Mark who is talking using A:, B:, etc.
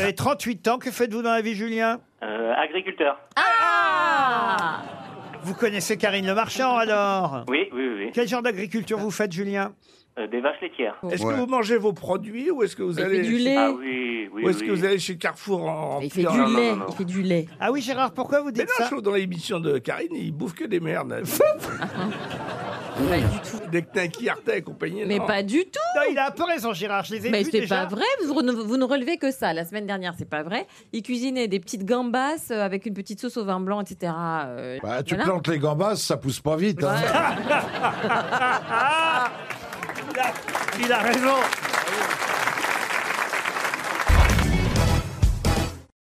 A: avez 38 ans. Que faites-vous dans la vie, Julien
B: Euh, agriculteur.
A: Vous connaissez Karine Le Marchand, alors
B: Oui, oui, oui. oui.
A: Quel genre d'agriculture vous faites, Julien
B: Euh, des vaches laitières.
C: Est-ce
D: Ouais.
C: que vous mangez vos produits ou est-ce que vous
E: Il
C: allez
E: fait du lait.
B: Ah oui, oui,
C: ou est-ce
B: oui.
C: que vous allez chez Carrefour en, en
E: Il fait
C: en-
B: Non,
E: du
B: non,
E: lait.
B: non, non.
E: Il fait du lait.
A: Ah oui, Gérard, pourquoi vous
C: Mais
A: dites
C: non, je
A: ça
C: trouve dans l'émission de Karine, il bouffe que des merdes.
E: Pas du tout.
C: des knackis, Arte et compagnie.
E: Mais
C: non.
E: pas du tout.
A: Non, il a un peu raison, Gérard. Je les ai
E: Mais
A: vus
E: c'est
A: déjà.
E: pas vrai, vous, ne- vous ne relevez que ça. La semaine dernière, c'est pas vrai. Il cuisinait des petites gambas euh, avec une petite sauce au vin blanc, etc. euh,
D: Bah, tu
E: voilà.
D: plantes les gambas, ça pousse pas vite. hein.
A: Il a raison.